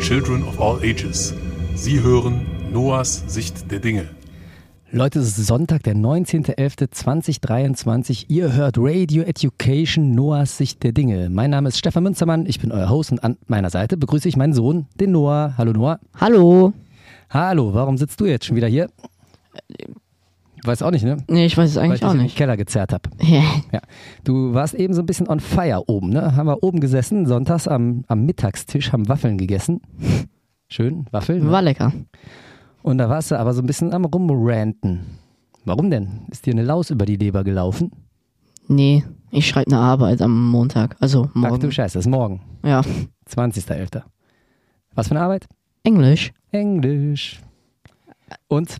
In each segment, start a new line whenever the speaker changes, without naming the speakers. Children of All Ages. Sie hören Noahs Sicht der Dinge.
Leute, es ist Sonntag, der 19.11.2023. Ihr hört Radio Education Noahs Sicht der Dinge. Mein Name ist Stefan Münzermann, ich bin euer Host und an meiner Seite begrüße ich meinen Sohn, den Noah. Hallo Noah.
Hallo.
Hallo, warum sitzt du jetzt schon wieder hier? Weiß auch nicht, ne?
Nee, ich weiß es
Weil
eigentlich
ich
auch
dich in den
nicht.
Keller gezerrt habe.
Ja.
Ja. Du warst eben so ein bisschen on fire oben, ne? Haben wir oben gesessen, sonntags am, am Mittagstisch, haben Waffeln gegessen. Schön, Waffeln. ne?
War lecker.
Und da warst du aber so ein bisschen am Rumranten. Warum denn? Ist dir eine Laus über die Leber gelaufen?
Nee, ich schreibe eine Arbeit am Montag. Also
Ach du
morgen.
Scheiße, ist morgen.
Ja.
20.11. Was für eine Arbeit?
Englisch.
Englisch. Und?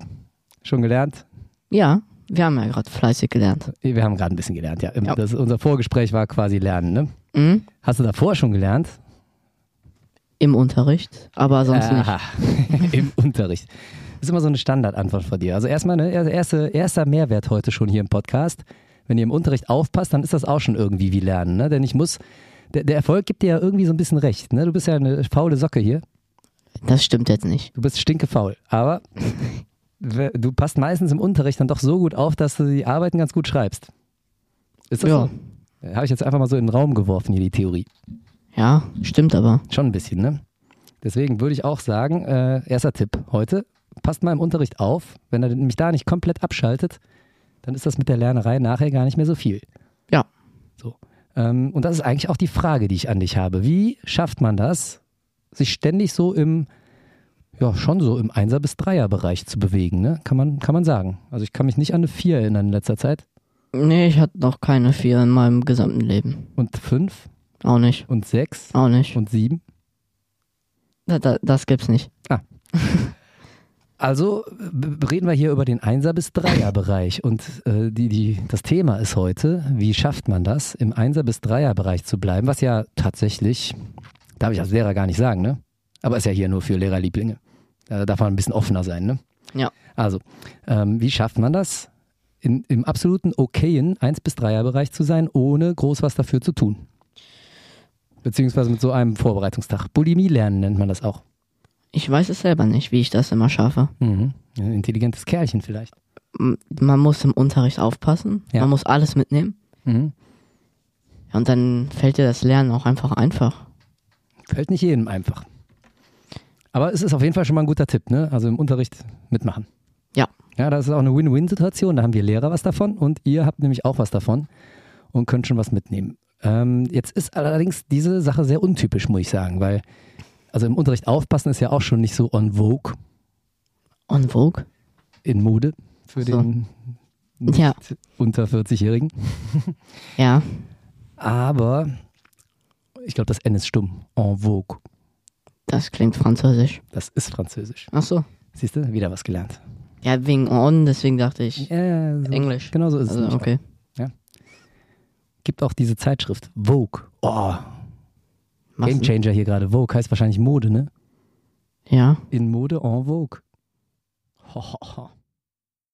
Schon gelernt?
Ja, wir haben ja gerade fleißig gelernt.
Wir haben gerade ein bisschen gelernt, ja.
Ja.
Das, unser Vorgespräch war quasi Lernen, ne?
Mhm.
Hast du davor schon gelernt?
Im Unterricht, aber sonst nicht.
Aha. Im Unterricht. Das ist immer so eine Standardantwort von dir. Also erstmal, ne, also erste, erster Mehrwert heute schon hier im Podcast. Wenn ihr im Unterricht aufpasst, dann ist das auch schon irgendwie wie Lernen, ne? Denn ich muss, der, der Erfolg gibt dir ja irgendwie so ein bisschen recht, ne? Du bist ja eine faule Socke hier.
Das stimmt jetzt nicht.
Du bist stinkefaul. Aber we- du passt meistens im Unterricht dann doch so gut auf, dass du die Arbeiten ganz gut schreibst. Ist das
Ja.
so? Habe ich jetzt einfach mal so in den Raum geworfen hier, die Theorie.
Ja, stimmt aber.
Schon ein bisschen, ne? Deswegen würde ich auch sagen, äh, erster Tipp heute, passt mal im Unterricht auf, wenn er nämlich da nicht komplett abschaltet, dann ist das mit der Lernerei nachher gar nicht mehr so viel.
Ja.
So. Ähm, und das ist eigentlich auch die Frage, die ich an dich habe. Wie schafft man das, sich ständig so im, ja, schon so im Einser- bis Dreier-Bereich zu bewegen, ne? Kann man, kann man sagen. Also ich kann mich nicht an eine Vier erinnern in letzter Zeit.
Nee, ich hatte noch keine vier in meinem gesamten Leben.
Und fünf
Auch nicht.
und sechs
Auch nicht.
und sieben.
Da, da, das gibt's nicht.
Also b- b- reden wir hier über den Einser- bis Dreier-Bereich. Und äh, die, die, das Thema ist heute, wie schafft man das, im Einser- bis Dreier-Bereich zu bleiben, was ja tatsächlich, darf ich als Lehrer gar nicht sagen, ne? Aber ist ja hier nur für Lehrerlieblinge. Da darf man ein bisschen offener sein, ne?
Ja.
Also, ähm, wie schafft man das, in, im absoluten okayen 1- bis 3er-Bereich zu sein, ohne groß was dafür zu tun? Beziehungsweise mit so einem Vorbereitungstag. Bulimie lernen nennt man das auch.
Ich weiß es selber nicht, wie ich das immer schaffe.
Mhm. Ein intelligentes Kerlchen vielleicht.
M- Man muss im Unterricht aufpassen.
Ja.
Man muss alles mitnehmen.
Mhm.
Ja, und dann fällt dir das Lernen auch einfach einfach.
Fällt nicht jedem einfach. Aber es ist auf jeden Fall schon mal ein guter Tipp, ne? Also im Unterricht mitmachen.
Ja.
Ja, das ist auch eine Win-Win-Situation. Da haben wir Lehrer was davon und ihr habt nämlich auch was davon und könnt schon was mitnehmen. Ähm, jetzt ist allerdings diese Sache sehr untypisch, muss ich sagen, weil also im Unterricht aufpassen ist ja auch schon nicht so on vogue
On Vogue?
in Mode für
So.
den nicht
Ja.
unter 40-Jährigen.
Ja.
Aber ich glaube, das N ist stumm. En vogue.
Das klingt französisch.
Das ist Französisch.
Ach so.
Siehst du, wieder was gelernt.
Ja, wegen on, deswegen dachte ich.
Ja, so.
Englisch.
Genau so ist es.
Also,
nämlich.
okay.
Gibt auch diese Zeitschrift Vogue. Oh,
Mach's-
Game Changer hier gerade. Vogue heißt wahrscheinlich Mode, ne?
Ja.
In Mode en Vogue. Ho, ho, ho.